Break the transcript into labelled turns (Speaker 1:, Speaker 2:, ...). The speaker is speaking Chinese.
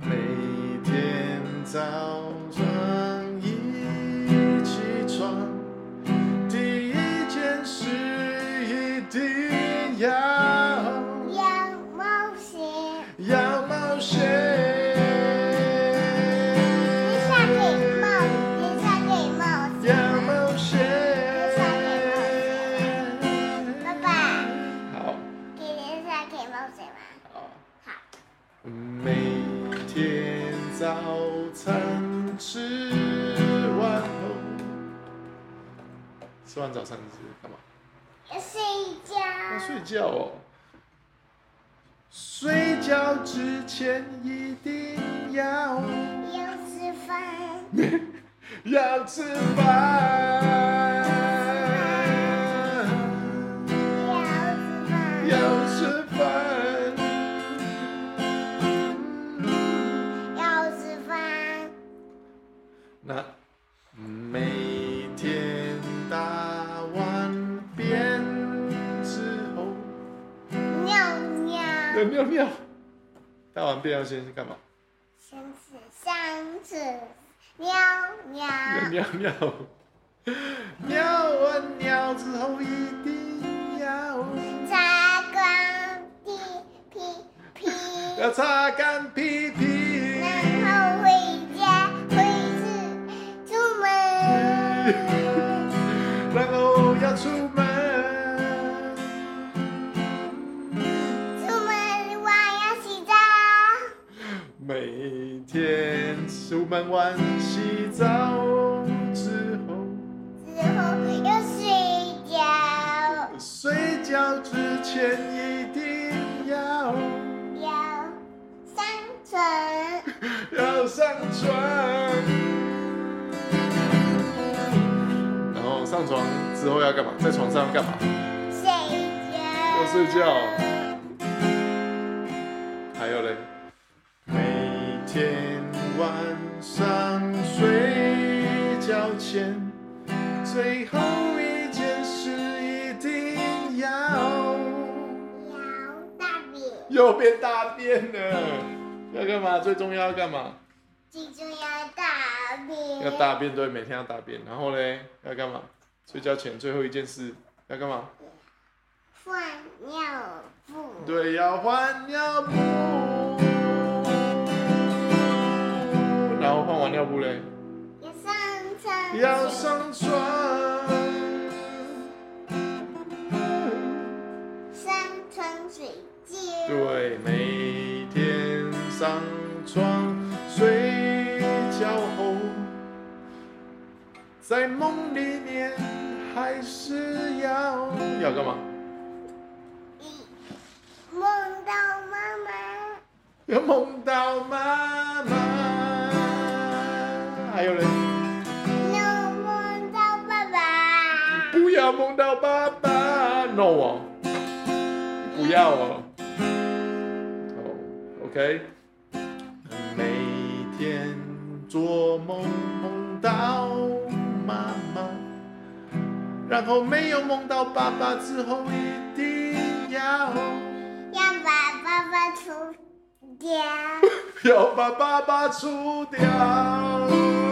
Speaker 1: 每天早上一起床，第一件事一定要
Speaker 2: 要冒险，
Speaker 1: 要冒险。
Speaker 2: 一下可以冒，一下可以冒
Speaker 1: 要
Speaker 2: 险。
Speaker 1: 冒险。
Speaker 2: 爸爸，
Speaker 1: 好，
Speaker 2: 给一下可以冒险吗？
Speaker 1: 好。
Speaker 2: 好，
Speaker 1: 每天早餐吃完后，吃完早餐是干嘛？
Speaker 2: 要睡觉。
Speaker 1: 要睡觉哦。睡觉之前一定要
Speaker 2: 要吃饭，
Speaker 1: 要吃饭，
Speaker 2: 要吃饭，
Speaker 1: 要吃饭，
Speaker 2: 要吃饭，
Speaker 1: 那每天打完便之后，
Speaker 2: 尿尿，
Speaker 1: 有尿尿，大完便要先去干嘛？
Speaker 2: 先吃，上吃，尿尿，
Speaker 1: 要尿 尿，尿完尿之后一定要
Speaker 2: 擦干屁屁屁，
Speaker 1: 要擦干屁屁，
Speaker 2: 然后回家，回去，出门。
Speaker 1: 然后要出门，
Speaker 2: 出门玩要洗澡，
Speaker 1: 每天出门玩洗澡之后，
Speaker 2: 之后要睡觉，
Speaker 1: 睡觉之前一定要
Speaker 2: 要上床，
Speaker 1: 要上床，然后上床之后要干嘛？在床上要干嘛？
Speaker 2: 睡觉，
Speaker 1: 要睡觉还有嘞，每天晚上睡觉前，最后一件事一定要
Speaker 2: 要大便，
Speaker 1: 又变大便了。要干嘛？最重要要干嘛？
Speaker 2: 最重要大 便，
Speaker 1: 要大便，对，每天要大便。然后嘞，要干嘛？睡觉前最后一件事要干嘛？
Speaker 2: 换尿布，
Speaker 1: 对，要换尿布。然后换完尿布嘞，
Speaker 2: 要上床，
Speaker 1: 要上床。
Speaker 2: 上床睡觉，
Speaker 1: 对，每天上床睡觉后，在梦里面还是要要干嘛？
Speaker 2: 一梦到妈妈，
Speaker 1: 要梦到妈妈。还有人
Speaker 2: 又梦到爸爸，
Speaker 1: 不要梦到爸爸，no 哦，不要哦。哦，OK，每天做梦梦到妈妈，然后没有梦到爸爸之后一定要
Speaker 2: 要把爸爸除掉。
Speaker 1: 要把爸爸除掉。